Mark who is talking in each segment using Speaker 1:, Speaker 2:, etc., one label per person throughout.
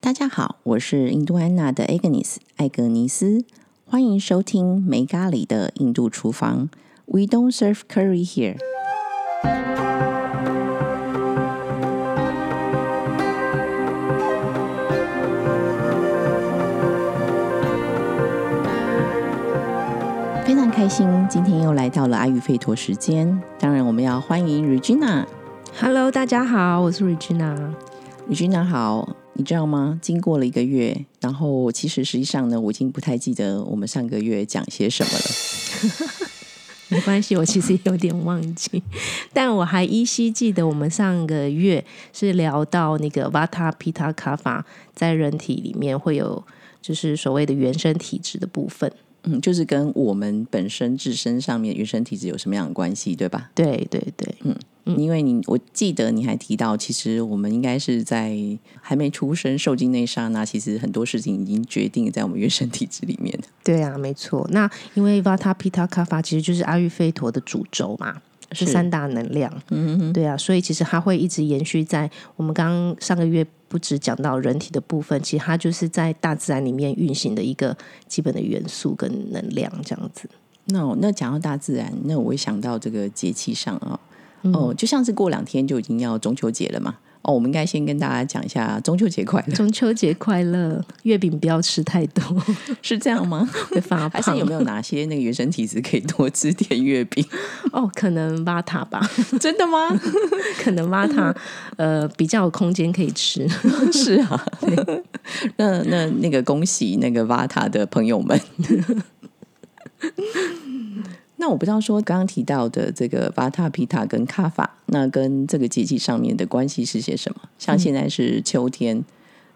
Speaker 1: 大家好，我是印度安娜的 Agnes 艾格尼斯，欢迎收听没咖喱的印度厨房。We don't serve curry here。非常开心，今天又来到了阿育吠陀时间。当然，我们要欢迎 Regina。
Speaker 2: Hello，大家好，我是 Regina。
Speaker 1: Regina 好，你知道吗？经过了一个月，然后其实实际上呢，我已经不太记得我们上个月讲些什么了。
Speaker 2: 没关系，我其实有点忘记， 但我还依稀记得我们上个月是聊到那个 Vata Pitta Kapha 在人体里面会有就是所谓的原生体质的部分。
Speaker 1: 嗯，就是跟我们本身自身上面原生体质有什么样的关系，对吧？
Speaker 2: 对对对，
Speaker 1: 因为你我记得你还提到，其实我们应该是在还没出生受精那一刹那，其实很多事情已经决定在我们原生体质里面。
Speaker 2: 对啊，没错。那因为 Vata Pitta Kapha 其实就是阿育吠陀的主轴嘛，是
Speaker 1: 是
Speaker 2: 三大能量。
Speaker 1: 嗯哼，
Speaker 2: 对啊，所以其实它会一直延续在我们刚刚上个月不止讲到人体的部分，其实它就是在大自然里面运行的一个基本的元素跟能量这样子。
Speaker 1: 那我那讲到大自然，那我会想到这个节气上啊、哦，就像是过两天就已经要中秋节了嘛。哦，我们应该先跟大家讲一下中秋节快乐，
Speaker 2: 中秋节快乐，月饼不要吃太 多，
Speaker 1: 是这样吗？
Speaker 2: 会发
Speaker 1: 还是
Speaker 2: 胖。
Speaker 1: 有没有哪些那个原生体质可以多吃点月饼？
Speaker 2: 哦，可能巴塔吧，
Speaker 1: 真的吗？
Speaker 2: 可能巴 塔，呃，比较有空间可以吃。
Speaker 1: 是啊， 那那那个恭喜那个 Vata 的朋友们。 那我不知道说刚刚提到的这个 Vata Pita 跟卡法，那跟这个节气上面的关系是些什么？像现在是秋天，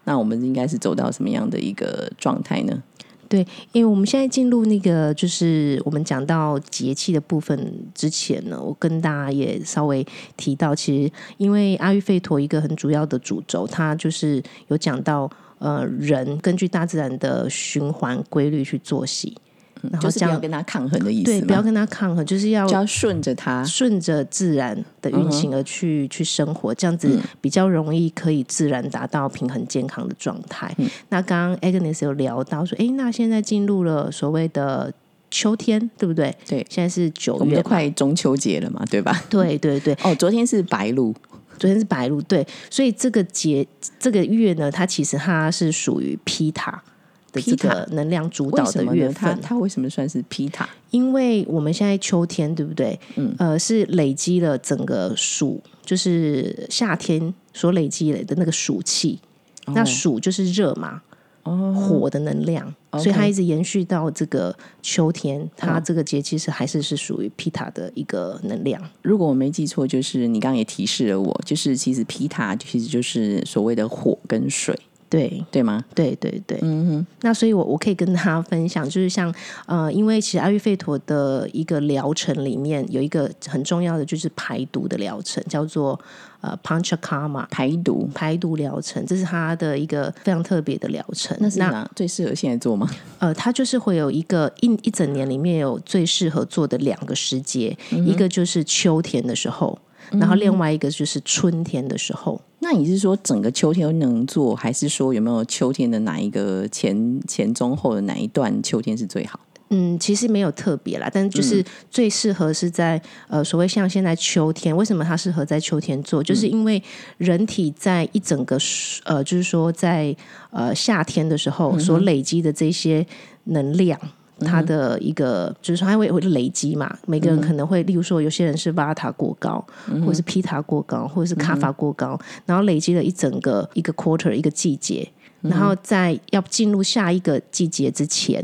Speaker 1: 那我们应该是走到什么样的一个状态呢？
Speaker 2: 对，因为我们现在进入那个就是我们讲到节气的部分之前呢，我跟大家也稍微提到，其实因为阿育吠陀一个很主要的主轴，它就是有讲到呃人根据大自然的循环规律去作息，然后
Speaker 1: 嗯就是
Speaker 2: 这
Speaker 1: 不要
Speaker 2: 样
Speaker 1: 跟它抗衡的意思
Speaker 2: 对，
Speaker 1: 吗
Speaker 2: 不要跟它抗衡，就是要
Speaker 1: 就要顺着它。
Speaker 2: 顺着自然的运行而
Speaker 1: 嗯
Speaker 2: 去、去生活，这样子比较容易可以自然达到平衡健康的状态。
Speaker 1: 嗯
Speaker 2: 那刚刚 Agnes 有聊到说，诶，那现在进入了所谓的秋天，对不对？
Speaker 1: 对
Speaker 2: 现在是九
Speaker 1: 我们
Speaker 2: 月
Speaker 1: 都
Speaker 2: 嘛，
Speaker 1: 快中秋节了嘛，对吧？
Speaker 2: 对对对，
Speaker 1: 哦，昨天是白露，
Speaker 2: 昨天是白露，对，所以这个节这个月呢，它其实它是属于皮塔。的这个能量主
Speaker 1: 为
Speaker 2: 导
Speaker 1: 什
Speaker 2: 的
Speaker 1: 么
Speaker 2: 月
Speaker 1: 呢？它
Speaker 2: 份，
Speaker 1: 它为什么算是 Pita？
Speaker 2: 因为我们现在秋天，对不对？嗯，呃，是累积了整个暑，就是夏天所累积的那个暑气。那暑就是热嘛，
Speaker 1: 哦
Speaker 2: 火的能量，所以它一直延续到这个秋天，它这个节气是还是是属于皮塔的一个能量。
Speaker 1: 如果我没记错，就是你刚刚也提示了我，就是其实皮塔其实就是所谓的火跟水，
Speaker 2: 对，
Speaker 1: 对吗？
Speaker 2: 对对对，嗯哼。那所以我，我可以跟大家分享，就是像呃，因为其实阿育吠陀的一个疗程里面有一个很重要的，就是排毒的疗程，叫做呃 Panchakarma
Speaker 1: 排毒
Speaker 2: 排毒疗程，这是它的一个非常特别的疗程。
Speaker 1: 那是哪最适合现在做吗？
Speaker 2: 呃，它就是会有一个一一整年里面有最适合做的两个时节，
Speaker 1: 嗯
Speaker 2: 一个就是秋天的时候，然后另外一个就是春天的时候。
Speaker 1: 那你是说整个秋天都能做，还是说有没有秋天的哪一个前前中后的哪一段秋天是最好？
Speaker 2: 嗯，其实没有特别啦，但是就是最适合是在、呃所谓像现在秋天，为什么它适合在秋天做？就是因为人体在一整个暑呃，就是说在呃夏天的时候所累积的这些能量。它的一个就是说，它会会累积嘛。每个人可能会，例如说，有些人是瓦塔过高，或者是皮塔过高，或者是卡法过高，然后累积了一整个一个 quarter 一个季节，然后在要进入下一个季节之前，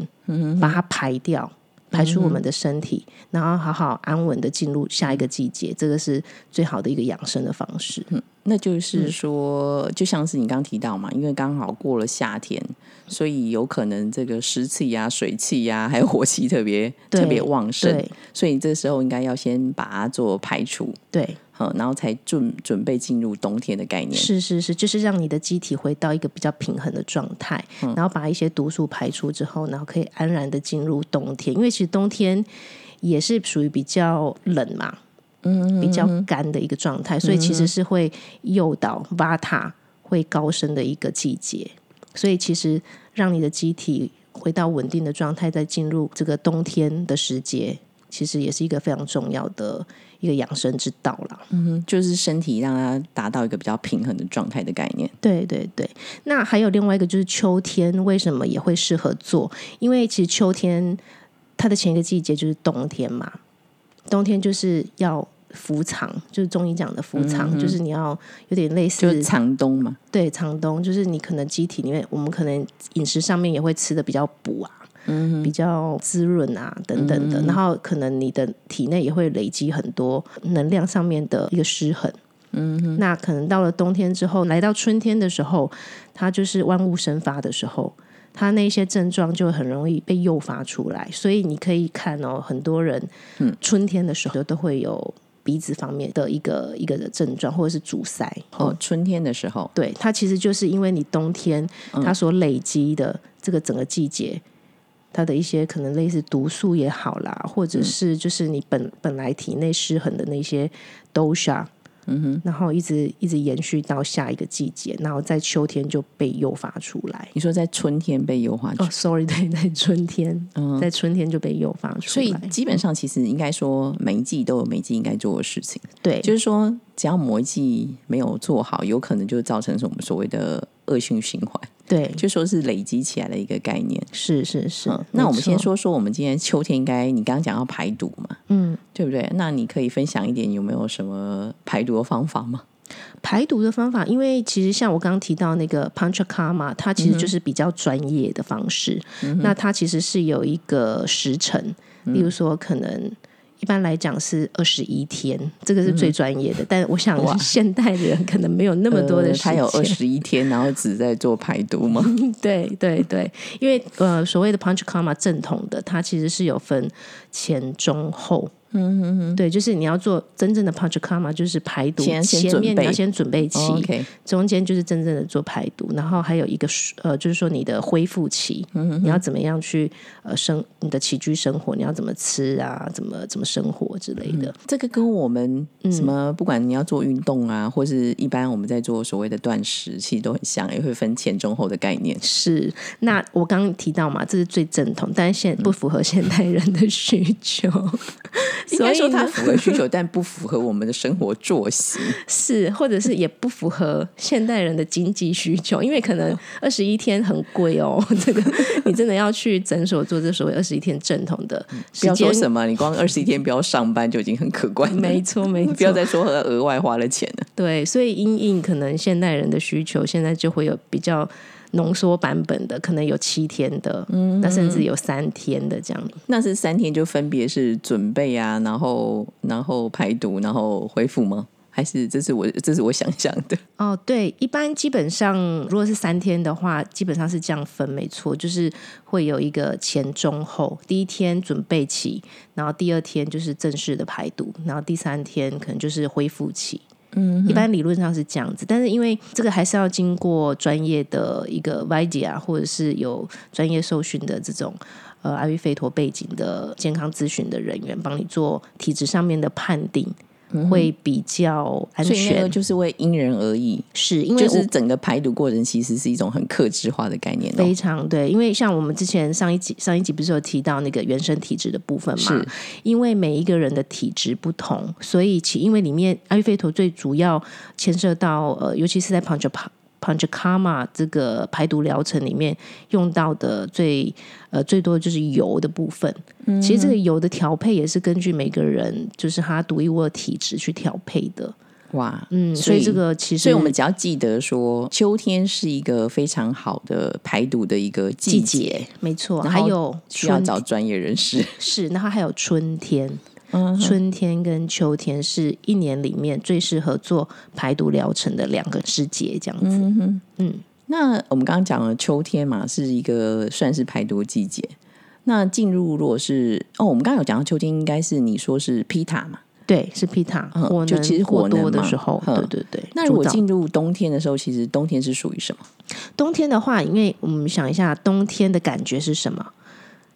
Speaker 2: 把它排掉，排出我们的身体，然后好好安稳的进入下一个季节，这个是最好的一个养生的方式。
Speaker 1: 那就是说，就像是你刚提到嘛，因为刚好过了夏天，所以有可能这个湿气呀、水气呀、还有火气特 别
Speaker 2: 对
Speaker 1: 特别旺盛，
Speaker 2: 对
Speaker 1: 所以这时候应该要先把它做排除。
Speaker 2: 对，
Speaker 1: 好，然后才准准备进入冬天的概念。
Speaker 2: 是是是，就是让你的机体回到一个比较平衡的状态，然后把一些毒素排出之后，然后可以安然的进入冬天，因为其实冬天也是属于比较冷嘛，嗯，比较干的一个状态，所以其实是会诱导瓦塔会高升的一个季节。所以其实让你的机体回到稳定的状态，再进入这个冬天的时节，其实也是一个非常重要的一个养生之道啦。
Speaker 1: 嗯就是身体让它达到一个比较平衡的状态的概念。
Speaker 2: 对对对，那还有另外一个就是秋天为什么也会适合做？因为其实秋天它的前一个季节就是冬天嘛，冬天就是要伏藏，就是中医讲的伏藏，就是你要有点类
Speaker 1: 嗯就是
Speaker 2: 似
Speaker 1: 长冬嘛，
Speaker 2: 对长冬，就是你可能机体里面，我们可能饮食上面也会吃的比较补啊。比较滋润啊，等等的，然后可能你的体内也会累积很多能量上面的一个失衡。嗯，那可能到了冬天之后，来到春天的时候，它就是万物生发的时候，它那些症状就很容易被诱发出来。所以你可以看哦，很多人，春天的时候都会有鼻子方面的一个一个的症状，或者是阻塞。
Speaker 1: 哦，春天的时候，
Speaker 2: 对，它其实就是因为你冬天
Speaker 1: 嗯
Speaker 2: 它所累积的这个整个季节，它的一些可能类似毒素也好啦，或
Speaker 1: 嗯
Speaker 2: 者是就是你本本来体内失衡的那些 dosha，嗯哼，然后一直一直延续到下一个季节，然后在秋天就被诱发出来。
Speaker 1: 你说在春天被优化去
Speaker 2: 哦、s o r r y 对，在春天，在春天就被诱发出来，
Speaker 1: 嗯所以基本上其实应该说每一季都有每一季应该做的事情，
Speaker 2: 对，
Speaker 1: 就是说只要某一季没有做好，有可能就造成是我们所谓的恶性循环，
Speaker 2: 对，
Speaker 1: 就说是累积起来的一个概念。
Speaker 2: 是是是。
Speaker 1: 嗯那我
Speaker 2: 哦没
Speaker 1: 们
Speaker 2: 错
Speaker 1: 先，说说我们今天秋天应该你刚刚讲要排毒嘛，
Speaker 2: 嗯，
Speaker 1: 对不对？那你可以分享一点有没有什么排毒的方法吗？
Speaker 2: 排毒的方法，因为其实像我刚刚提到那个 Panchakarma，它
Speaker 1: 嗯
Speaker 2: 其实就是比较专业的方式。那它其实是有一个时辰，
Speaker 1: 嗯
Speaker 2: 例如说可能。一般来讲是二十一天，这个是最专业的。但我 想现代人可能没有那么多
Speaker 1: 嗯
Speaker 2: 的
Speaker 1: 呃
Speaker 2: 时间、
Speaker 1: 它有二十一天，然后只在做排毒吗？
Speaker 2: 对对对，因为呃，所谓的 punch karma 正统的，它其实是有分前中后。嗯嗯嗯，对，就是你要做真正的 punch karma，就是排毒
Speaker 1: 先先
Speaker 2: 前面
Speaker 1: 准备
Speaker 2: 你要先准备期，
Speaker 1: 哦 OK
Speaker 2: 中间就是真正的做排毒，然后还有一个呃，就是说你的恢复期，
Speaker 1: 嗯
Speaker 2: 你要怎么样去呃生你的起居生活，你要怎么吃啊，怎么怎么生活之类的。
Speaker 1: 这个跟我们
Speaker 2: 嗯
Speaker 1: 什么，不管你要做运动啊，或是一般我们在做所谓的断食，其实都很像，也会分前中后的概念。
Speaker 2: 是，那我刚刚提到嘛，这是最正统，但是现不符合现代人的需 求，
Speaker 1: 应该说
Speaker 2: 所以呢
Speaker 1: 它符合需求，但不符合我们的生活作 息。
Speaker 2: 是，或者是也不符合现代人的经济需求，因为 可能二十一天很贵哦。 这个你真的要去诊所做这所谓二十一天正统的
Speaker 1: 不
Speaker 2: 时
Speaker 1: 要
Speaker 2: 间
Speaker 1: 说，什么，你 光二十一天不要上班就已经很可观了。
Speaker 2: 没错没
Speaker 1: 不要
Speaker 2: 错，
Speaker 1: 再说额外花了钱了。
Speaker 2: 对，所以因应可能现代人的需求，现在就会有比较浓缩版本的，可能有七天的，嗯，那甚至有三天的这样。
Speaker 1: 那是三天就分别是准备啊，然后然后排毒，然后恢复吗？还是这是我这是我想象 的？
Speaker 2: 哦，对，一般基本上如果是三天的话，基本上是这样分，没错，就是会有一个前中后，第一天准备期，然后第二天就是正式的排毒，然后第三天可能就是恢复期。嗯，一般理论上是这样子，但是因为这个还是要经过专业的一个 VIDIA 或者是有专业受训的这种呃阿育吠陀背景的健康咨询的人员帮你做体质上面的判定，会比较
Speaker 1: 嗯
Speaker 2: 安
Speaker 1: 所以那
Speaker 2: 全
Speaker 1: 个。就是会因人而异，
Speaker 2: 是因为
Speaker 1: 就
Speaker 2: 我
Speaker 1: 是整个排毒过程其实是一种很克制化的概念、哦
Speaker 2: 非。常对，因为像我们之前上一集上一集不是有提到那个原生体质的部分嘛
Speaker 1: 是？
Speaker 2: 因为每一个人的体质不同，所以其因为里面阿育吠陀最主要牵涉到呃，尤其是在 Pancha Panchakarma 这个排毒疗程里面用到的最呃最多的就是油的部分。
Speaker 1: 嗯
Speaker 2: 其实这个油的调配也是根据每个人就是他独一无二的体质去调配的。
Speaker 1: 哇，
Speaker 2: 嗯，所以这个其实
Speaker 1: 所以我嗯们只要记得说，秋天是一个非常好的排毒的一个季
Speaker 2: 季
Speaker 1: 节，
Speaker 2: 节没错，
Speaker 1: 然
Speaker 2: 还
Speaker 1: 后
Speaker 2: 有
Speaker 1: 需要
Speaker 2: 春
Speaker 1: 找专业人 士。
Speaker 2: 是，然后还有春天，
Speaker 1: 嗯
Speaker 2: 春天跟秋天是一年里面最适合做排毒疗程的两个季节，这样子。
Speaker 1: 嗯那我们刚刚讲了秋天嘛，是一个算是排毒季节。那进入如果是哦，我们刚刚有讲到秋天，应该是你说是披塔嘛？
Speaker 2: 对，是 Pita，、
Speaker 1: 嗯
Speaker 2: 火
Speaker 1: 就其实
Speaker 2: 能过
Speaker 1: 火能
Speaker 2: 多的
Speaker 1: 嘛
Speaker 2: 时候，
Speaker 1: 嗯
Speaker 2: 对对对。
Speaker 1: 那如果
Speaker 2: 主导
Speaker 1: 进入冬天的时候，其实冬天是属于什么？
Speaker 2: 冬天的话，因为我们想一下，冬天的感觉是什么？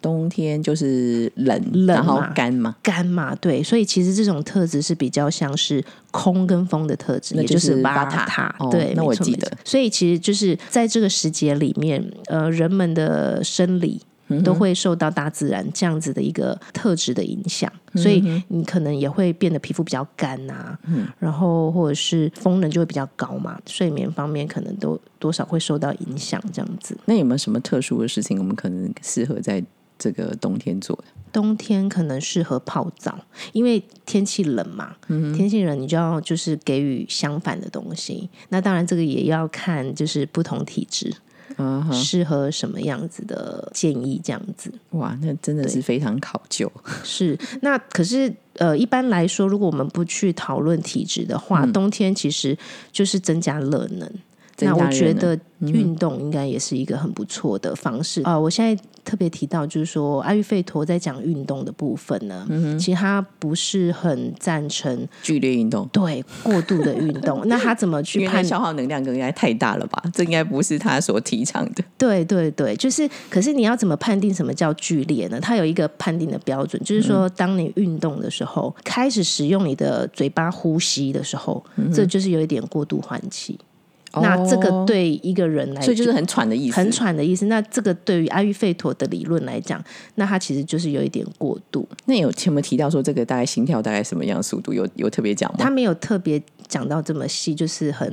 Speaker 1: 冬天就是冷，
Speaker 2: 冷
Speaker 1: 然后
Speaker 2: 嘛
Speaker 1: 干嘛，
Speaker 2: 干嘛？对，所以其实这种特质是比较像是空跟风的特质，
Speaker 1: 那
Speaker 2: 也
Speaker 1: 就是是瓦
Speaker 2: 瓦塔。
Speaker 1: 塔哦
Speaker 2: 对，
Speaker 1: 那我
Speaker 2: 没错
Speaker 1: 记
Speaker 2: 没错
Speaker 1: 得
Speaker 2: 所以其实就是在这个时节里面，呃，人们的生理。
Speaker 1: 嗯
Speaker 2: 都会受到大自然这样子的一个特质的影响，
Speaker 1: 嗯
Speaker 2: 所以你可能也会变得皮肤比较干啊，
Speaker 1: 嗯
Speaker 2: 然后或者是风能就会比较高嘛，睡眠方面可能都多少会受到影响，这样子。
Speaker 1: 那有没有什么特殊的事情，我们可能适合在这个冬天做的？
Speaker 2: 冬天可能适合泡澡，因为天气冷嘛，天气冷你就要就是给予相反的东西。那当然这个也要看就是不同体质
Speaker 1: 啊哈，
Speaker 2: 适合什么样子的建议这样子。
Speaker 1: 哇，那真的是非常考究。
Speaker 2: 是，那可是呃，一般来说，如果我们不去讨论体质的话，冬天其实就是增加热能。
Speaker 1: 增
Speaker 2: 那
Speaker 1: 加
Speaker 2: 我觉
Speaker 1: 热能嗯
Speaker 2: 得运动应该也是一个很不错的方式啊、呃我现在特别提到，就是说阿育吠陀在讲运动的部分呢，
Speaker 1: 嗯
Speaker 2: 其实他不是很赞成
Speaker 1: 剧烈运动，
Speaker 2: 对过度的运动。那他怎么
Speaker 1: 因
Speaker 2: 去
Speaker 1: 为它
Speaker 2: 判
Speaker 1: 消耗能量应该太大了吧？这应该不是他所提倡的。
Speaker 2: 对对对，就是，可是你要怎么判定什么叫剧烈呢？它有一个判定的标准，就是说，
Speaker 1: 嗯
Speaker 2: 当你运动的时候，开始使用你的嘴巴呼吸的时候，这就是有一点过度换气。那这个
Speaker 1: 嗯哦，
Speaker 2: 对一个人来，
Speaker 1: 所以就是很喘的意思，
Speaker 2: 很喘的意思。那这个对于阿育吠陀的理论来讲，那它其实就是有一点过度。
Speaker 1: 那有前面提到说这个大概心跳大概什么样的速度，有有特别讲吗？
Speaker 2: 他没有特别讲到这么细，就是很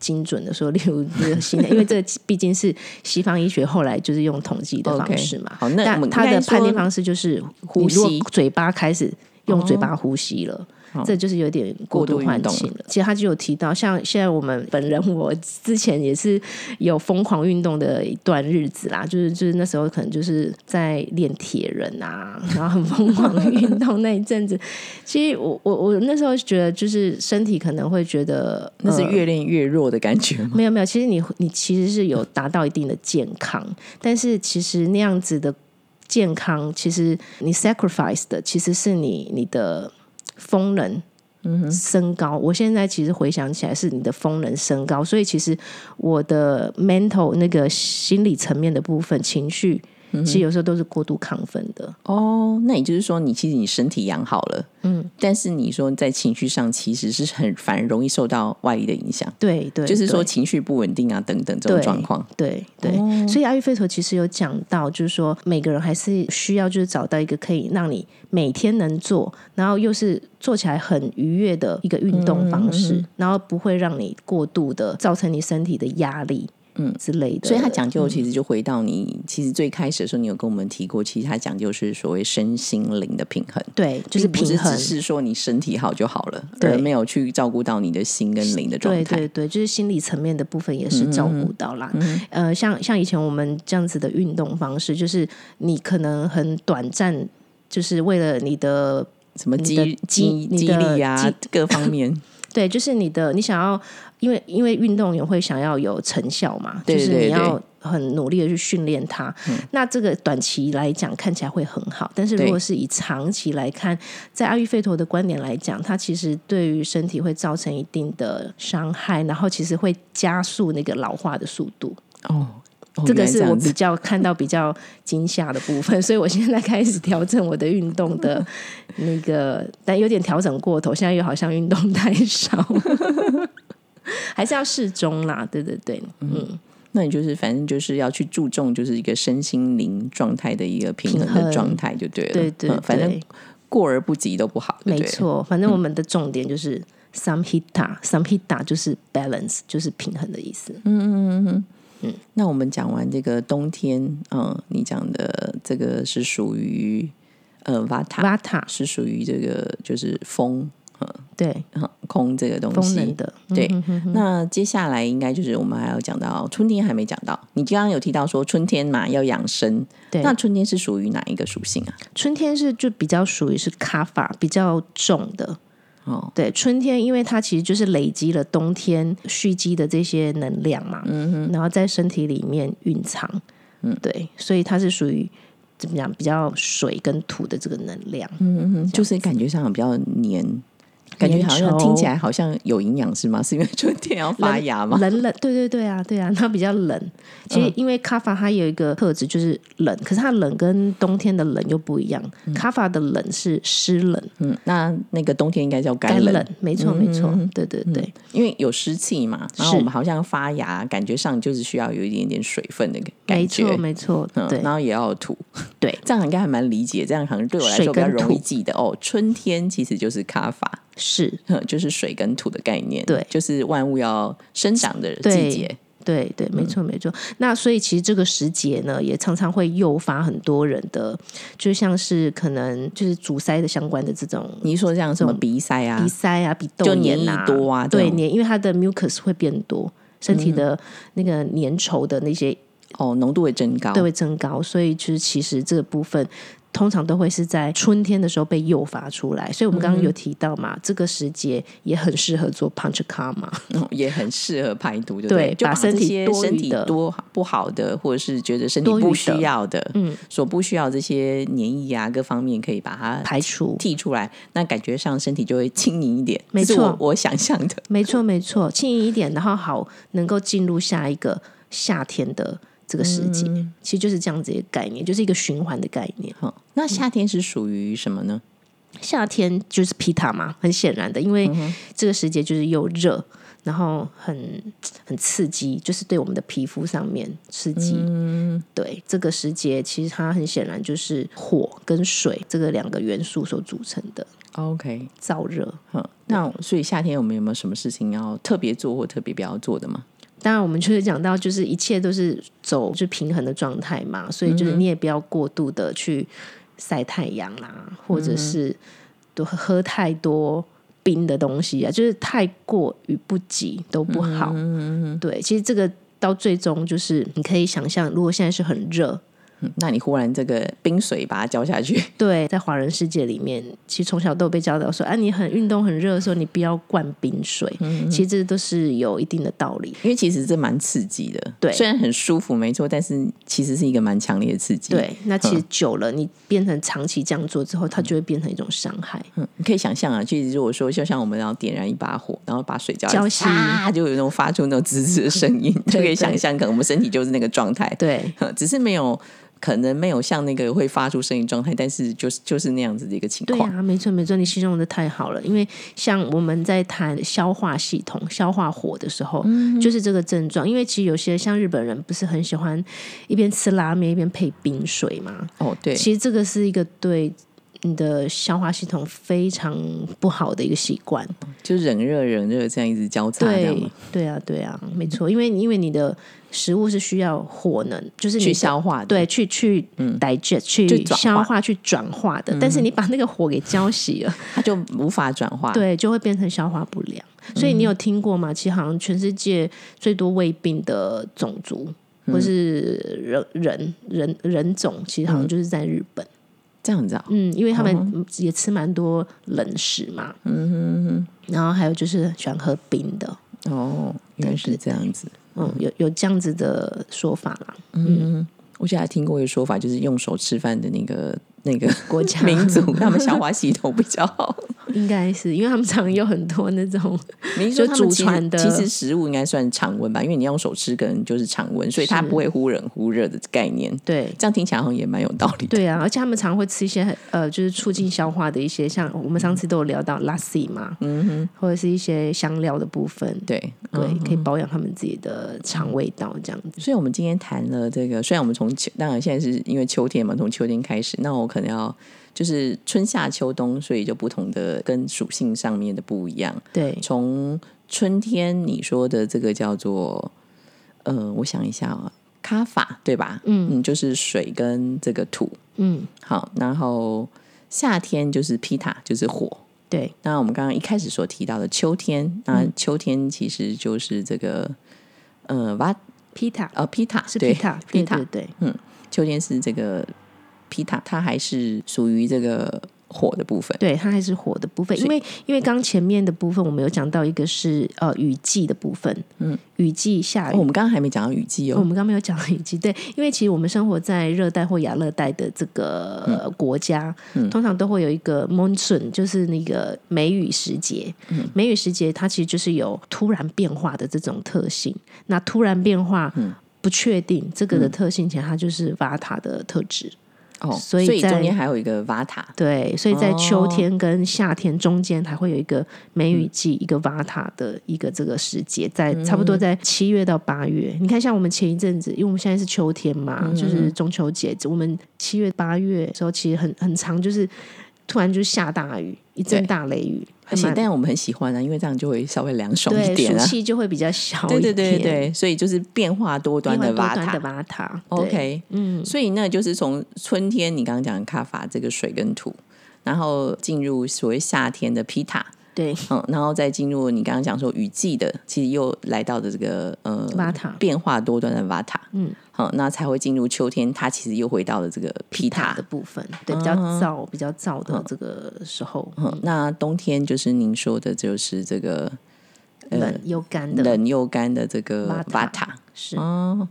Speaker 2: 精准的说，例如这个心跳，因为这毕竟是西方医学后来就是用统计的方式嘛。
Speaker 1: OK，好那我们
Speaker 2: 他
Speaker 1: 应
Speaker 2: 的
Speaker 1: 该说
Speaker 2: 判定方式就是
Speaker 1: 呼吸，
Speaker 2: 你如果嘴巴开始用嘴巴呼吸了。这就是有点过度换气
Speaker 1: 哦过度运
Speaker 2: 了。其实他就有提到，像现在我们本人，我之前也是有疯狂运动的一段日子啦，就是就是那时候可能就是在练铁人啊， 然后很疯狂的运动那一阵子。其实我我我那时候觉得，就是身体可能会觉得
Speaker 1: 那是
Speaker 2: 呃
Speaker 1: 越练越弱的感 觉吗？
Speaker 2: 没有没有，其实你你其实是有达到一定的健康，但是其实那样子的健康，其实你 sacrifice 的其实是你你的风能。升高，我现在其实回想起来是你的风能升高，所以其实我的 mental 那个心理层面的部分，情绪
Speaker 1: 嗯
Speaker 2: 其实有时候都是过度亢奋的。
Speaker 1: 哦，那也就是说，你其实你身体养好了，嗯，但是你说在情绪上其实是很反而容易受到外力的影响，
Speaker 2: 对对，
Speaker 1: 就是说
Speaker 2: 对
Speaker 1: 情绪不稳定啊等等这种
Speaker 2: 对
Speaker 1: 状况。
Speaker 2: 对对，
Speaker 1: 哦
Speaker 2: 所以阿育吠陀其实有讲到，就是说每个人还是需要就是找到一个可以让你每天能做，然后又是做起来很愉悦的一个运
Speaker 1: 嗯
Speaker 2: 动方式，然后不会让你过度的造成你身体的压力，嗯之类的。
Speaker 1: 所以它讲究其实就回到你，其实最开始的时候，你有跟我们提过，其实它讲究是所谓身心灵的平衡，
Speaker 2: 对，就是
Speaker 1: 并不
Speaker 2: 平衡
Speaker 1: 只。是说你身体好就好了，
Speaker 2: 对
Speaker 1: 而没有去照顾到你的心跟灵的状
Speaker 2: 对
Speaker 1: 态。嗯
Speaker 2: 对对，就是心理层面的部分也是照顾到啦。呃，像像以前我们这样子的运动方式，就是你可能很短暂，就是为了你的
Speaker 1: 什么
Speaker 2: 你
Speaker 1: 激
Speaker 2: 的激
Speaker 1: 激
Speaker 2: 你
Speaker 1: 激
Speaker 2: 的
Speaker 1: 励啊
Speaker 2: 激，
Speaker 1: 各方 面，
Speaker 2: 对，就是你的，你想要，因为因为运动也会想要有成效嘛，
Speaker 1: 对
Speaker 2: 就是你
Speaker 1: 对对嗯
Speaker 2: 要很努力的去训练它。那这个短期来讲看起来会很好，但是如
Speaker 1: 对
Speaker 2: 果是以长期来看，在阿育吠陀的观点来讲，它其实对于身体会造成一定的伤害，然后其实会加速那个老化的速度。
Speaker 1: 哦，哦
Speaker 2: 这个
Speaker 1: 原来
Speaker 2: 是
Speaker 1: 样
Speaker 2: 我
Speaker 1: 子
Speaker 2: 比较看到比较惊吓的部分， 所以我现在开始调整我的运 动的那个，但有点调整过头，现在又好像运动太少， 还是要适中啦。对对对，嗯，
Speaker 1: 那你就是反正就是要去注重，就是一个身心灵状态的一个平
Speaker 2: 平
Speaker 1: 衡
Speaker 2: 衡
Speaker 1: 的状态就对了。
Speaker 2: 对对
Speaker 1: 嗯反正
Speaker 2: 对
Speaker 1: 过而不及都不好，
Speaker 2: 没
Speaker 1: 对不对。
Speaker 2: 错。反正我们的重点就是。samhita，samhita 就是 balance，就是平衡的意思。
Speaker 1: 嗯那我们讲完这个冬天，嗯，你讲的这个是属于呃 vata，
Speaker 2: vata
Speaker 1: 是属于这个就是风
Speaker 2: 对
Speaker 1: 嗯空这个东
Speaker 2: 风能
Speaker 1: 西。
Speaker 2: 的，
Speaker 1: 对，
Speaker 2: 嗯
Speaker 1: 那接下来应该就是我们还要讲到春天，还没讲到。你刚刚有提到说春天嘛要养生，
Speaker 2: 对
Speaker 1: 那春天是属于哪一个属性啊？
Speaker 2: 春天是就比较属于是卡法比较重的。
Speaker 1: 哦，
Speaker 2: 对，春天因为它其实就是累积了冬天蓄积的这些能量嘛，嗯哼，然后在身体里面蕴藏，嗯，对，所以它是属于怎么讲比较水跟土的这个能量，嗯，
Speaker 1: 嗯，就是感觉上比较黏，感觉好像听起
Speaker 2: 来
Speaker 1: 来好像有营养是吗？是因为春天要发芽吗？嗯
Speaker 2: 冷冷，对对对啊，对啊，它比较冷。其实因为卡法它有一个特质就是冷，可是它冷跟冬天的冷又不一样。卡法的冷是湿冷、
Speaker 1: 嗯，那那个冬天应该叫
Speaker 2: 干
Speaker 1: 干冷，嗯
Speaker 2: 没错没错，对对对。
Speaker 1: 因为有湿气嘛。然后
Speaker 2: 是
Speaker 1: 我们好像发芽，感觉上就是需要有一点点水分的
Speaker 2: 没
Speaker 1: 感
Speaker 2: 错，
Speaker 1: 觉。
Speaker 2: 没错，
Speaker 1: 嗯，
Speaker 2: 对
Speaker 1: 然后也要有土，
Speaker 2: 对，
Speaker 1: 这样应该还蛮理解，这样好像对我来说
Speaker 2: 水
Speaker 1: 比
Speaker 2: 跟
Speaker 1: 较容易
Speaker 2: 土
Speaker 1: 记得哦。春天其实就是卡法，
Speaker 2: 是，
Speaker 1: 哼就是水跟土的概念，
Speaker 2: 对
Speaker 1: 就是万物要生长的季
Speaker 2: 对
Speaker 1: 节，
Speaker 2: 对对，
Speaker 1: 嗯
Speaker 2: 没错没错。那所以其实这个时节呢，也常常会诱发很多人的，就像是可能就是阻塞的相关的这种
Speaker 1: 你说像什么
Speaker 2: 这种
Speaker 1: 鼻塞啊
Speaker 2: 嗯鼻，塞啊、鼻
Speaker 1: 嗯就
Speaker 2: 窦
Speaker 1: 黏
Speaker 2: 炎啊，
Speaker 1: 液多啊这
Speaker 2: 对
Speaker 1: 种嗯
Speaker 2: 黏，因为它的 mucus 会变多，身体的那个粘稠的那些
Speaker 1: 哦，浓度会增高
Speaker 2: 都。会增高，所以就是其实这个部分。通常都会是在春天的时候被诱发出来，所以我们刚
Speaker 1: 嗯
Speaker 2: 刚有提到嘛，这个时节也很适合做 punch karma。
Speaker 1: 嗯也很适合排毒，对不
Speaker 2: 对
Speaker 1: 就把
Speaker 2: 把身
Speaker 1: 这
Speaker 2: 体
Speaker 1: 些
Speaker 2: 多余
Speaker 1: 身体
Speaker 2: 的
Speaker 1: 多不好的，或者是觉得身体
Speaker 2: 多余
Speaker 1: 不
Speaker 2: 的
Speaker 1: 需要的，
Speaker 2: 嗯，
Speaker 1: 所不需要这些黏液啊各方面，可以把它
Speaker 2: 排除
Speaker 1: 剔出来，那感觉上身体就会轻盈一点。
Speaker 2: 没
Speaker 1: 这是我
Speaker 2: 错
Speaker 1: 我想象的，
Speaker 2: 没错，没错，轻盈一点，然后好能够进入下一个夏天的这个时节，其实就是这样子一个概念，就是一个循环的概念。
Speaker 1: 嗯，那夏天是属于什么呢？
Speaker 2: 夏天就是皮塔嘛，很显然的，因为这个时节就是又热，然后很很刺激，就是对我们的皮肤上面刺激。对，这个时节其实它很显然就是火跟水这个两个元素所组成的
Speaker 1: OK，
Speaker 2: 燥热。
Speaker 1: 哼，那所以夏天我们有没有什么事情要特别做或特别不要做的吗？
Speaker 2: 当然，我们就是讲到，就是一切都是走就平衡的状态嘛，所以就是你也不要过度的去晒太阳啦，或者是多喝太多冰的东西啊，就是太过于不及都不好。对，其实这个到最终就是你可以想象，如果现在是很热，
Speaker 1: 嗯那你忽然这个冰水把它浇下去，
Speaker 2: 对，在华人世界里面，其实从小都有被教导说，啊，你很运动很热的时候，你不要灌冰水，其实这都是有一定的道理。
Speaker 1: 因为其实这蛮刺激的，
Speaker 2: 对
Speaker 1: 虽然很舒服没错，但是其实是一个蛮强烈的刺激。，
Speaker 2: 对，那其实
Speaker 1: 嗯
Speaker 2: 久了，你变成长期这样做之后，它就会变成一种伤害。
Speaker 1: 你可以想象啊，其实如果说就像我们要点燃一把火，然后把水浇
Speaker 2: 浇
Speaker 1: 下去啊，就有那种发出那种滋滋的声音，就可以
Speaker 2: 对
Speaker 1: 想象，可能我们身体就是那个状态，
Speaker 2: 对，
Speaker 1: 哼 只是没有可能没有像那个会发出声音状态，但是就是就是那样子的一个情
Speaker 2: 对
Speaker 1: 况。
Speaker 2: 啊，没错没错，你形容的太好了。因为像我们在谈消化系统、消化火的时候，
Speaker 1: 嗯
Speaker 2: 就是这个症状。因为其实有些像日本人不是很喜欢一边吃拉面一边配冰水嘛，
Speaker 1: 哦，对，
Speaker 2: 其实这个是一个对。你的消化系统非常不好的一个习惯，
Speaker 1: 就冷热冷热这样一直交叉这样
Speaker 2: 对
Speaker 1: 嘛
Speaker 2: 对啊对啊，没错，因为因为你的食物是需要火能，就是你
Speaker 1: 去
Speaker 2: 的
Speaker 1: 消化的。
Speaker 2: 对，去去 digest，、
Speaker 1: 去
Speaker 2: 嗯去
Speaker 1: 转化
Speaker 2: 消化、嗯去转化的。但是你把那个火给浇熄了，
Speaker 1: 它就无法转化。，
Speaker 2: 对，就会变成消化不良。所以你有听过吗？其实好像全世界最多胃病的种族。或是人人人人种，其实好像就是在日本，
Speaker 1: 这样子啊、
Speaker 2: 嗯，因为他们也吃蛮多冷食嘛，嗯哼然后还有就是喜欢喝冰的，
Speaker 1: 哦，原来是这样子。
Speaker 2: 嗯，有有这样子的说法 啦，
Speaker 1: 我记得还听过一个说法，就是用手吃饭的那个那个
Speaker 2: 国家
Speaker 1: 民族，他们消化系统比较好。
Speaker 2: 应该是因为他们常常有很多那种
Speaker 1: 你是说
Speaker 2: 就
Speaker 1: 他们
Speaker 2: 祖
Speaker 1: 其实
Speaker 2: 传的
Speaker 1: 其实食物应该算常温吧，因为你要用手吃，可能就是常温，所以它
Speaker 2: 是
Speaker 1: 不会忽冷忽热的概念。
Speaker 2: 对
Speaker 1: 这样听起来好像也蛮有道理的。
Speaker 2: 对啊，而且他们常会吃一些很呃，就是促进消化的一些，像我们上次都有聊到拉西嘛，嗯哼，或者是一些香料的部分，
Speaker 1: 对
Speaker 2: 对，
Speaker 1: 嗯
Speaker 2: 可以保养他们自己的肠胃道这样子。
Speaker 1: 所以，我们今天谈了这个，虽然我们从秋，当然现在是因为秋天嘛，从秋天开始，那我可能要就是春夏秋冬，所以就不同的跟属性上面的不一样。
Speaker 2: 对，
Speaker 1: 从春天你说的这个叫做，呃，我想一下啊，卡法对吧？嗯就是水跟这个土。
Speaker 2: 嗯，
Speaker 1: 好，然后夏天就是皮塔，就是火。
Speaker 2: 对，嗯
Speaker 1: 那我们刚刚一开始所提到的秋天，那秋天其实就是这个，呃，瓦
Speaker 2: 皮塔
Speaker 1: 呃皮塔
Speaker 2: 是
Speaker 1: 对
Speaker 2: 皮塔，
Speaker 1: 皮
Speaker 2: 对
Speaker 1: 塔
Speaker 2: 对对，
Speaker 1: 秋天是这个皮塔，它还是属于这个火的部分。
Speaker 2: 对，它还是火的部分，
Speaker 1: 是
Speaker 2: 因为因为刚前面的部分我们有讲到一个是呃雨季的部分，嗯，雨季下雨
Speaker 1: 哦我，们刚刚还没讲到雨季
Speaker 2: 我
Speaker 1: 哦，
Speaker 2: 们刚刚没有讲到雨季，对，因为其实我们生活在热带或亚热带的这个呃国家，通常都会有一个 monsoon，就是那个梅雨时节。梅雨时节它其实就是有突然变化的这种特性。那突然变化，不确定这个的特性，其实它就是 Vata 的特质。
Speaker 1: 哦，
Speaker 2: 嗯所以在
Speaker 1: 中间还有一个 Vata，
Speaker 2: 对，所以在秋
Speaker 1: 哦嗯
Speaker 2: 天跟夏天中间还会有一个梅雨季，一个 Vata 的一个这个时节，在差不
Speaker 1: 嗯
Speaker 2: 多在七月到八月。你看，像我们前一阵子，因为我们现在是秋天嘛，
Speaker 1: 嗯
Speaker 2: 就是中秋节，我们七月八月的时候其实很很长，就是突然就下大雨，一阵
Speaker 1: 对
Speaker 2: 大雷雨，还
Speaker 1: 而且
Speaker 2: 蛮
Speaker 1: 但我们很喜欢啊，因为这样就会稍微凉爽一
Speaker 2: 对
Speaker 1: 点
Speaker 2: 暑
Speaker 1: 啊。
Speaker 2: 气就会比较小
Speaker 1: 对
Speaker 2: 一
Speaker 1: 对
Speaker 2: 点，
Speaker 1: 对对，所以就是变化多端的
Speaker 2: 因为多端的
Speaker 1: Vata。
Speaker 2: Vata。对
Speaker 1: OK，嗯，所以那就是从春天你刚刚讲的卡法这个水跟土，然后进入所谓夏天的皮塔，
Speaker 2: 对
Speaker 1: 嗯，然后再进入你刚刚讲说雨季的，其实又来到的这个呃
Speaker 2: Vata
Speaker 1: 变化多端的 Vata，嗯，好、那才会进入秋天，它其实又回到了这个皮塔
Speaker 2: 的。部分，对比较燥、比较燥的这个时候，
Speaker 1: 嗯，那冬天就是您说的，就是这个
Speaker 2: 冷又干的
Speaker 1: 呃冷又干的这个
Speaker 2: Vata
Speaker 1: Vata，
Speaker 2: 是
Speaker 1: 哦，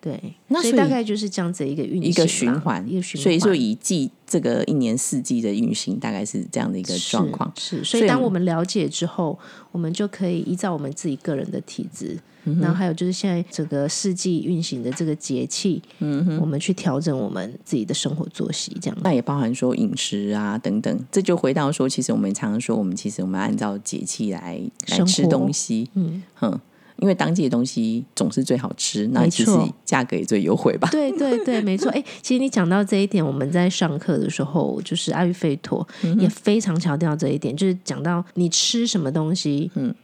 Speaker 2: 对，
Speaker 1: 那
Speaker 2: 所以
Speaker 1: 所以
Speaker 2: 大概就是这样子一个运
Speaker 1: 一个
Speaker 2: 行
Speaker 1: 循
Speaker 2: 啦
Speaker 1: 环，
Speaker 2: 一个循环。
Speaker 1: 所以说以季这个一年四季的运行，大概是这样的一个
Speaker 2: 是
Speaker 1: 状况。
Speaker 2: 是，
Speaker 1: 所
Speaker 2: 所
Speaker 1: 以
Speaker 2: 以
Speaker 1: 我
Speaker 2: 当
Speaker 1: 们
Speaker 2: 我们了解之后，我们就可以依照我们自己个人的体质，
Speaker 1: 嗯
Speaker 2: 然后还有就是现在整个世纪运行的这个节气，嗯，我们去调整我们自己的生活作息，这样
Speaker 1: 那也包含说饮食啊等等，这就回到说，其实我们常常说，我们其实我们按照节气来来
Speaker 2: 生
Speaker 1: 吃
Speaker 2: 活
Speaker 1: 东西，嗯哼，因为当季的东西总是最好吃，那
Speaker 2: 没
Speaker 1: 其实
Speaker 2: 错
Speaker 1: 价格也最优惠 吧。
Speaker 2: 对对对，没错。哎、其实你讲到这一点，我们在上课的时候，就是阿育吠陀、也非常强调这一点，就是讲到你吃什么东西，嗯，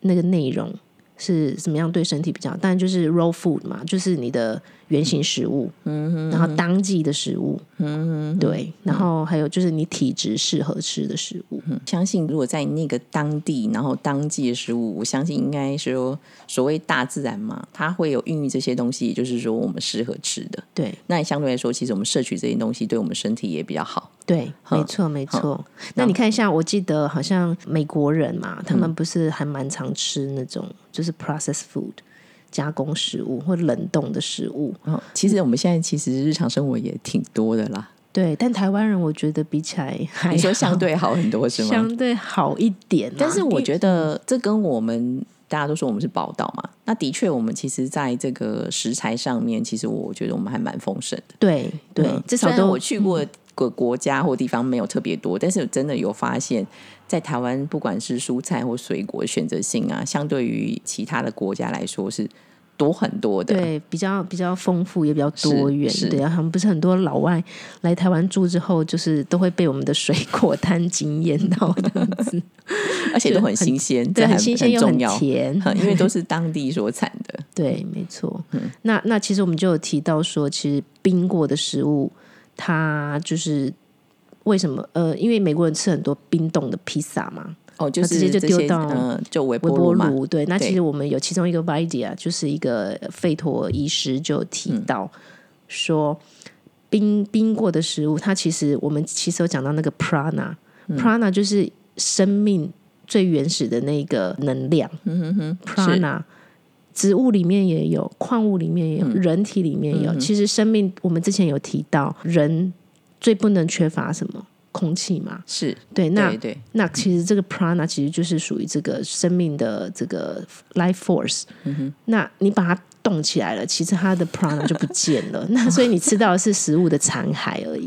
Speaker 2: 那个内容是怎么样对身体比较好。当然就是 raw food 嘛，就是你的原型食物，嗯然后当季的食物，嗯嗯对，然后还有就是你体质适合吃的食物，
Speaker 1: 相信如果在那个当地，然后当季的食物，我相信应该是说所谓大自然嘛，它会有孕育这些东西，也就是说我们适合吃的。
Speaker 2: 对
Speaker 1: 那相对来说，其实我们摄取这些东西，对我们身体也比较好。
Speaker 2: 对，没错没错。那你看一下，我记得好像美国人嘛，
Speaker 1: 嗯
Speaker 2: 他们不是还蛮常吃那种就是 processed food 加工食物或冷冻的食物。
Speaker 1: 嗯，其实我们现在其实日常生活也挺多的啦。
Speaker 2: 对，但台湾人我觉得比起来还
Speaker 1: 你说 相
Speaker 2: 好
Speaker 1: 对好很多是吗？
Speaker 2: 哎相对好一点啊、
Speaker 1: 但是我
Speaker 2: 因为
Speaker 1: 觉得这跟我们大家都说我们是宝岛嘛，那的确我们其实在这个食材上面，其实我觉得我们还蛮丰盛的。
Speaker 2: 对对，
Speaker 1: 嗯
Speaker 2: 至少
Speaker 1: 虽然
Speaker 2: 都
Speaker 1: 我去过个国家或地方没有特别多，但是我真的有发现，在台湾不管是蔬菜或水果的选择性啊，相对于其他的国家来说是多很多的。
Speaker 2: 对，比较比较丰富，也比较多元
Speaker 1: 是。
Speaker 2: 对啊，他们不是很多老外来台湾住之后，就是都会被我们的水果摊 惊艳 到这样子，
Speaker 1: 而且都很新鲜，
Speaker 2: 对，
Speaker 1: 这还
Speaker 2: 很新鲜又
Speaker 1: 重
Speaker 2: 很
Speaker 1: 要，嗯
Speaker 2: 甜，
Speaker 1: 因为都是当地所产的。
Speaker 2: 对，没错。那那其实我们就有提到说，其实冰过的食物，它就是为什么？呃，因为美国人吃很多冰冻的披萨嘛，
Speaker 1: 哦，就
Speaker 2: 那
Speaker 1: 是
Speaker 2: 直接就
Speaker 1: 这些
Speaker 2: 丢到
Speaker 1: 呃，就微
Speaker 2: 微
Speaker 1: 波
Speaker 2: 波
Speaker 1: 炉嘛，
Speaker 2: 炉。对，那
Speaker 1: 对
Speaker 2: 其实我们有其中一个 v i d e a 就是一个吠陀医师就有提
Speaker 1: 嗯
Speaker 2: 到说，冰冰过的食物，它其实我们其实有讲到那个 prana，prana、prana
Speaker 1: 嗯
Speaker 2: 就是生命最原始的那个能量。prana，植物里面也有，矿物里面也有，
Speaker 1: 嗯
Speaker 2: 人体里面也有。其实生命，我们之前有提到，人最不能缺乏什么？空气嘛，
Speaker 1: 是，
Speaker 2: 对，那
Speaker 1: 对对，
Speaker 2: 那其实这个 prana 其实就是属于这个生命的这个 life force。那
Speaker 1: 嗯
Speaker 2: 你把它动起来了，其实它的 prana 就不见了。 那所以你吃到的是食物的残骸而已。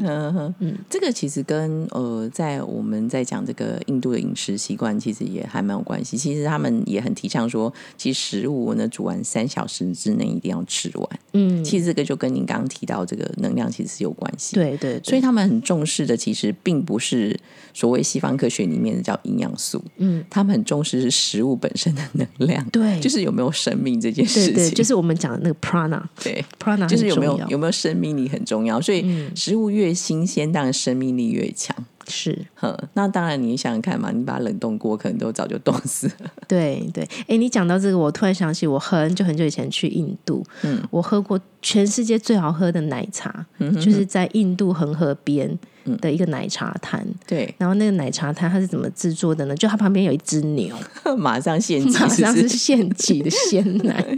Speaker 1: 嗯这个其实跟呃，在我们在讲这个印度的饮食习惯，其实也还蛮有关系。其实他们也很提倡说，其实食物呢煮完三小时之内一定要吃完。
Speaker 2: 嗯，
Speaker 1: 其实这个就跟您刚刚提到这个能量其实是有关系。，
Speaker 2: 对对
Speaker 1: 所
Speaker 2: 对
Speaker 1: 以他们很重视的，其实并不是所谓西方科学里面的叫营养素，
Speaker 2: 嗯，
Speaker 1: 他们很重视是食物本身的能量，
Speaker 2: 对，
Speaker 1: 就是是有没有生命这件事
Speaker 2: 对
Speaker 1: 情，
Speaker 2: 对，就是我们讲的那个 prana，prana
Speaker 1: 对
Speaker 2: 很
Speaker 1: 就是有没有
Speaker 2: 重要嗯
Speaker 1: 有没有生命力很重要，所以食物越新鲜，当然生命力越强。
Speaker 2: 是
Speaker 1: 哼，那当然，你想想看嘛，你把它冷冻锅可能都早就冻死 了。
Speaker 2: 对对，哎，你讲到这个，我突然想起我很久很久以前去印度，嗯，我喝过全世界最好喝的奶茶，
Speaker 1: 嗯
Speaker 2: 就是在印度恒河边的一个奶茶摊。
Speaker 1: 对，
Speaker 2: 然后那个奶茶摊它是怎么制作的呢？就它旁边有一只牛，
Speaker 1: 马上现金，
Speaker 2: 马 上
Speaker 1: 是
Speaker 2: 是
Speaker 1: 不是
Speaker 2: 现挤的鲜 奶，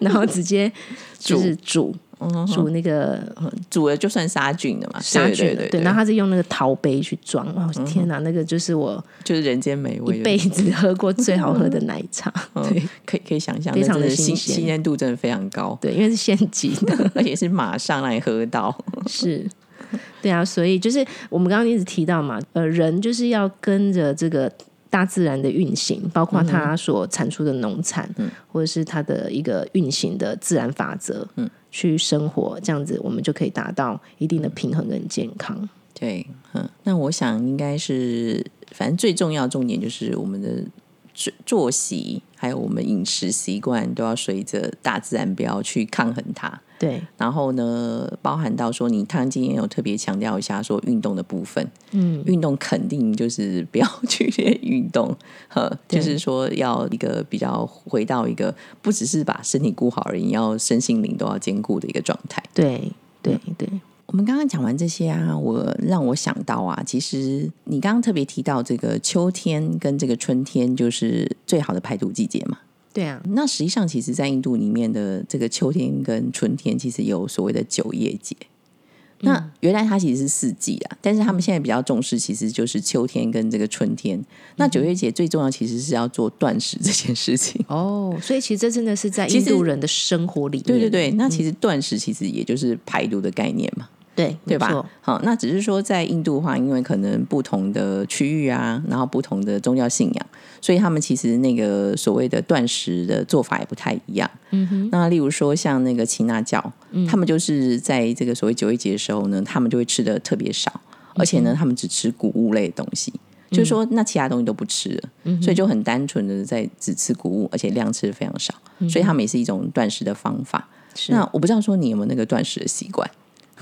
Speaker 2: 然后直接就是煮
Speaker 1: 嗯
Speaker 2: 煮那个
Speaker 1: 煮了就算杀菌了嘛，
Speaker 2: 杀菌
Speaker 1: 哦对
Speaker 2: 的，
Speaker 1: 对嗯
Speaker 2: 对，然后它是用那个陶杯去装，哇，我天哪，那个就是我
Speaker 1: 就是人间美味，
Speaker 2: 一辈子喝过最好喝的奶茶，
Speaker 1: 嗯
Speaker 2: 对
Speaker 1: 可以可以想象，
Speaker 2: 非常
Speaker 1: 那
Speaker 2: 的
Speaker 1: 真
Speaker 2: 新
Speaker 1: 新
Speaker 2: 鲜
Speaker 1: 新鲜度真的非常 高，
Speaker 2: 对，因为是现挤的。
Speaker 1: 而且是马上来喝到。
Speaker 2: 是，对啊，所以就是我们刚刚一直提到嘛，呃，人就是要跟着这个大自然的运行，包
Speaker 1: 嗯
Speaker 2: 括它所产出的农产，或者是它的一个运行的自然法则，嗯，去生活，这样子我们就可以达到一定
Speaker 1: 嗯
Speaker 2: 的平衡跟健康。
Speaker 1: 对，嗯，那我想应该是，反正最重要的重点就是我们的作作息，还有我们饮食习惯都要随着大自然不要去抗衡它。
Speaker 2: 对，
Speaker 1: 然后呢，包含到说，你汤今天有特别强调一下说运动的部分，
Speaker 2: 嗯，
Speaker 1: 运动肯定就是不要 剧烈运动，呵，
Speaker 2: 对
Speaker 1: 就是说要一个比较回到一个不只是把身体顾好而已，要身心灵都要兼顾的一个状态。
Speaker 2: 对，对，
Speaker 1: 嗯
Speaker 2: 对，
Speaker 1: 我们刚刚讲完这些啊，我让我想到啊，其实你刚刚特别提到这个秋天跟这个春天，就是最好的排毒季节嘛。
Speaker 2: 对啊，
Speaker 1: 那实际上，其实，在印度里面的这个秋天跟春天，其实有所谓的九叶节。那原来它其实是四季啊，但是他们现在比较重视，其实就是秋天跟这个春天。那九月节最重要，其实是要做断食这件事情。
Speaker 2: 哦，所以其实这真的是在
Speaker 1: 其
Speaker 2: 印
Speaker 1: 实
Speaker 2: 度人的生活里面，
Speaker 1: 对对对，那其实断食其实也就是排毒的概念嘛。
Speaker 2: 对，
Speaker 1: 对
Speaker 2: 没错
Speaker 1: 吧？好，那只是说在印度的话，因为可能不同的区域啊，然后不同的宗教信仰，所以他们其实那个所谓的断食的做法也不太一样。嗯哼，那例如说像那个耆那教，他们就是在这个所谓九月节的时候呢，他们就会吃的特别少，而且
Speaker 2: 嗯
Speaker 1: 呢，他们只吃谷物类的东西。就是说，那其他东西都不吃了，
Speaker 2: 嗯
Speaker 1: 所以就很单纯的在只吃谷物，而且量吃的非常少，所以他们也是一种断食的方法。
Speaker 2: 嗯是
Speaker 1: 那我不知道说你有没有那个断食的习惯？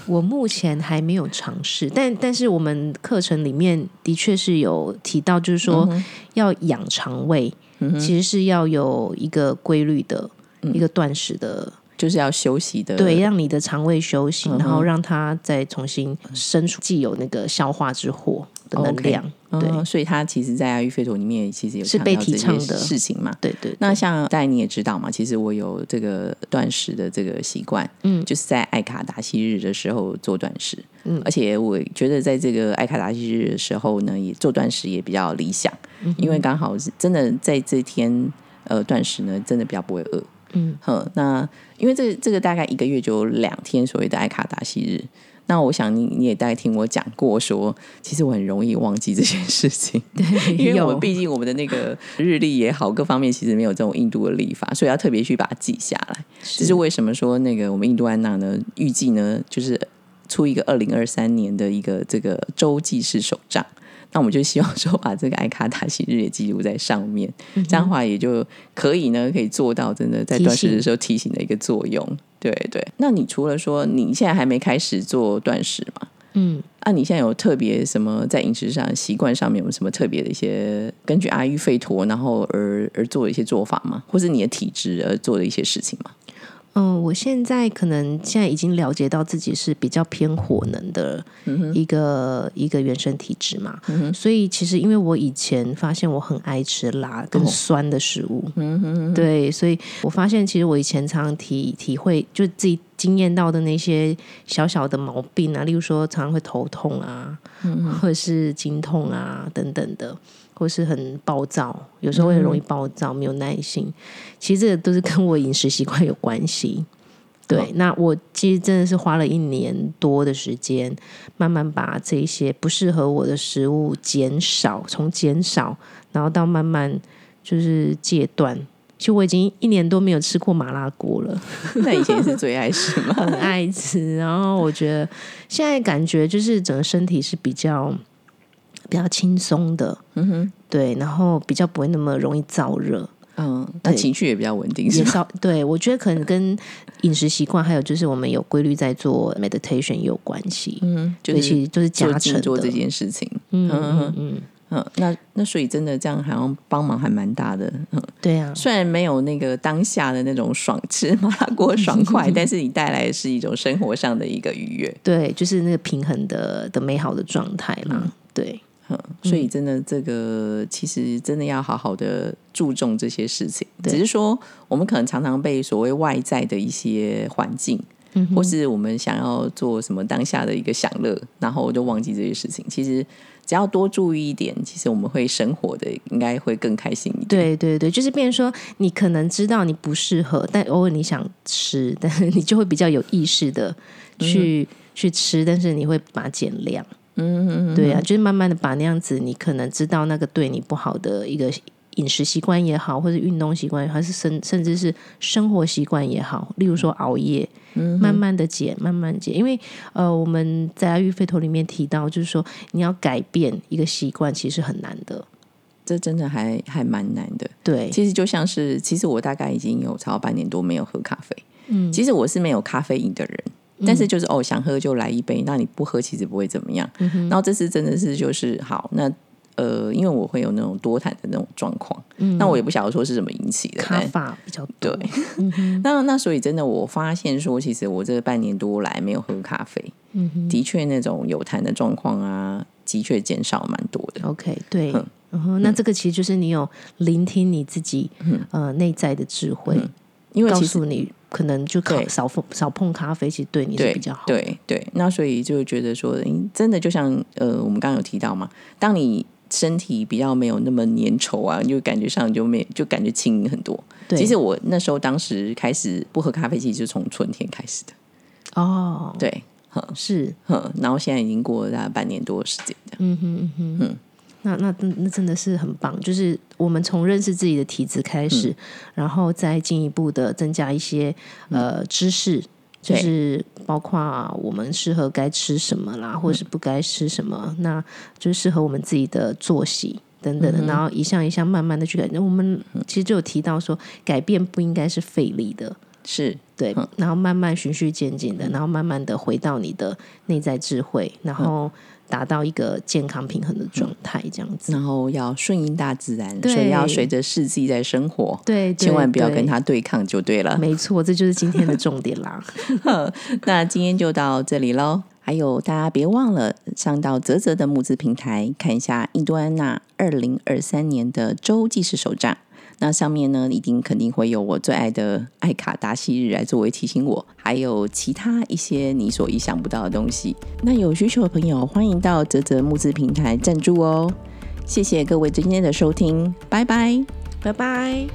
Speaker 2: 我目前还没有尝试，但但是我们课程里面的确是有提到，就是
Speaker 1: 嗯
Speaker 2: 说、要养肠胃，其实是要有一个规律的、
Speaker 1: 嗯
Speaker 2: 一个断食的，
Speaker 1: 就是要休息的，
Speaker 2: 对，让你的肠胃休
Speaker 1: 嗯
Speaker 2: 息，然后让它再重新生出既有那个消化之祸的能量。对、
Speaker 1: 嗯，所以他其实，在阿育吠陀里面其实有
Speaker 2: 是
Speaker 1: 强
Speaker 2: 被
Speaker 1: 调
Speaker 2: 提
Speaker 1: 这
Speaker 2: 倡
Speaker 1: 些
Speaker 2: 的
Speaker 1: 事情嘛。
Speaker 2: 对对，
Speaker 1: 那像戴你也知道嘛，其实我有这个断食的这个习惯，嗯，就是在艾卡达西日的时候做断食，嗯，而且我觉得在这个艾卡达西日的时候呢，也做断食也比较理想，因为刚好是真的在这天呃断食呢，真的比较不会饿，
Speaker 2: 嗯
Speaker 1: 哼，那因为这个这个大概一个月就有两天所谓的艾卡达西日，那我想你你也大概听我讲过说，其实我很容易忘记这件事情，因为我
Speaker 2: 有
Speaker 1: 们毕竟我们的那个日历也好，各方面其实没有这种印度的历法，所以要特别去把它记下来。这是为什么说那个我们印度安娜呢，预计呢就是出一个二零二三年的一个这个周记式手账。那我们就希望说，把这个艾卡塔西日也记录在上面，这样的话也就可以呢，可以做到真的在
Speaker 2: 嗯提醒
Speaker 1: 断食的时候提醒的一个作用。对对，那你除了说你现在还没开始做断食嘛？
Speaker 2: 嗯。
Speaker 1: 啊，你现在有特别什么在饮食上、习惯上面有没有什么特别的一些根据阿育吠陀，然后而而做的一些做法吗？或是你的体质而做的一些事情吗？
Speaker 2: 嗯，我现在可能现在已经了解到自己是比较偏火能的一个、一个原生体质嘛，所以其实因为我以前发现我很爱吃辣跟酸的食物，对，所以我发现其实我以前常常体体会就自己经验到的那些小小的毛病啊，例如说常常会头痛啊，或者是经痛啊等等的。或是很暴躁，有时候会很容易暴躁，没有耐心。其实这个都是跟我饮食习惯有关系。对，那我其实真的是花了一年多的时间，慢慢把这一些不适合我的食物减少，从减少，然后到慢慢就是戒断。其实我已经一年多没有吃过麻辣 锅了，
Speaker 1: 那以前是最爱吃 吗？
Speaker 2: 很爱吃。然后我觉得现在感觉就是整个身体是比较比较轻松的，嗯哼，对，然后比较不会那么容易燥热。
Speaker 1: 嗯，那情绪也比较稳定，是
Speaker 2: 也
Speaker 1: 吧？
Speaker 2: 稍对我觉得可能跟饮食习惯，还有就是我们有规律在做 meditation 也有关系，
Speaker 1: 嗯，就
Speaker 2: 尤
Speaker 1: 是
Speaker 2: 其就是
Speaker 1: 做
Speaker 2: 加成
Speaker 1: 静坐这
Speaker 2: 的。
Speaker 1: 件事情，
Speaker 2: 嗯嗯嗯，
Speaker 1: 嗯，那那所以真的这样好像帮忙还蛮大的。嗯，
Speaker 2: 对啊，
Speaker 1: 虽然没有那个当下的那种爽吃麻辣锅爽快，但是你带来的是一种生活上的一个愉悦。
Speaker 2: 对，就是那个平衡的的美好的状态啦。对，
Speaker 1: 嗯， 所以真的这个其实真的要好好的注重这些事情。
Speaker 2: 对
Speaker 1: 只是说我们可能常常被所谓外在的一些环境，
Speaker 2: 嗯哼
Speaker 1: 或是我们想要做什么当下的一个享乐，然后就忘记这些事情。其实只要多注意一点，其实我们会生活的应该会更开心一点。
Speaker 2: 对对对，就是变成说，你可能知道你不适合，但偶尔你想吃，但是你就会比较有意识的去、去吃，但是你会把它减量。嗯对啊，就是慢慢的把那样子，你可能知道那个对你不好的一个饮食习惯也好，或者运动习惯也好，还是甚甚至是生活习惯也好，例如说熬夜，慢慢的减，慢慢地减，因为呃，我们在阿育吠陀里面提到，就是说你要改变一个习惯，其实很难的。
Speaker 1: 这真的还还蛮难的。
Speaker 2: 对，
Speaker 1: 其实就像是，其实我大概已经有超半年多没有喝咖啡。嗯，其实我是没有咖啡因的人，但是就是哦，想喝就来一杯，那你不喝其实不会怎么样。然后这次真的是就是好那。呃，因为我会有那种多痰的那种状况，那我也不晓得说是怎么引起的，
Speaker 2: 卡
Speaker 1: 但
Speaker 2: 法比较多。
Speaker 1: 对， 那那所以真的，我发现说，其实我这半年多来没有喝咖啡，的确那种有痰的状况啊，的确减少蛮多的。
Speaker 2: OK，对，嗯哼，那这个其实就是你有聆听你自己、呃内在的智慧，
Speaker 1: 嗯因为
Speaker 2: 告
Speaker 1: 其实
Speaker 2: 诉你可能就靠
Speaker 1: 对
Speaker 2: 少碰少碰咖啡，其实对你是
Speaker 1: 对
Speaker 2: 比较好。
Speaker 1: 对对，那所以就觉得说，诶真的就像呃，我们刚刚有提到嘛，当你身体比较没有那么粘稠啊，就感觉上就没就感觉轻盈很多。
Speaker 2: 对，
Speaker 1: 其实我那时候当时开始不喝咖啡，其实就从春天开始的。
Speaker 2: 哦，
Speaker 1: 对，
Speaker 2: 是，
Speaker 1: 哼，然后现在已经过了大概半年多的时间这样
Speaker 2: 那那那那真的是很棒，就是我们从认识自己的体质开始，然后再进一步的增加一些呃知识。就
Speaker 1: 对
Speaker 2: 是包括我们适合该吃什么啦，或者是不该吃什么，那就是适合我们自己的作息等等的，然后一项一项慢慢的去改变。我们其实就有提到说，改变不应该是费力的，
Speaker 1: 是
Speaker 2: 对，然后慢慢循序渐进的，然后慢慢的回到你的内在智慧，然后达到一个健康平衡的状态，这样子。
Speaker 1: 然后要顺应大自然，
Speaker 2: 对
Speaker 1: 所以要随着四季在生活，
Speaker 2: 对，对
Speaker 1: 千万不要
Speaker 2: 对
Speaker 1: 跟它对抗就对了。
Speaker 2: 没错，这就是今天的重点啦。
Speaker 1: 那今天就到这里喽。还有，大家别忘了上到泽泽的募资平台看一下印度安娜二零二三年的周记事手账。那上面呢，一定肯定会有我最爱的爱卡达西日来作为提醒我，还有其他一些你所意想不到的东西。那有需求的朋友，欢迎到泽泽募资平台赞助哦。谢谢各位今天的收听，拜拜。
Speaker 2: 拜拜。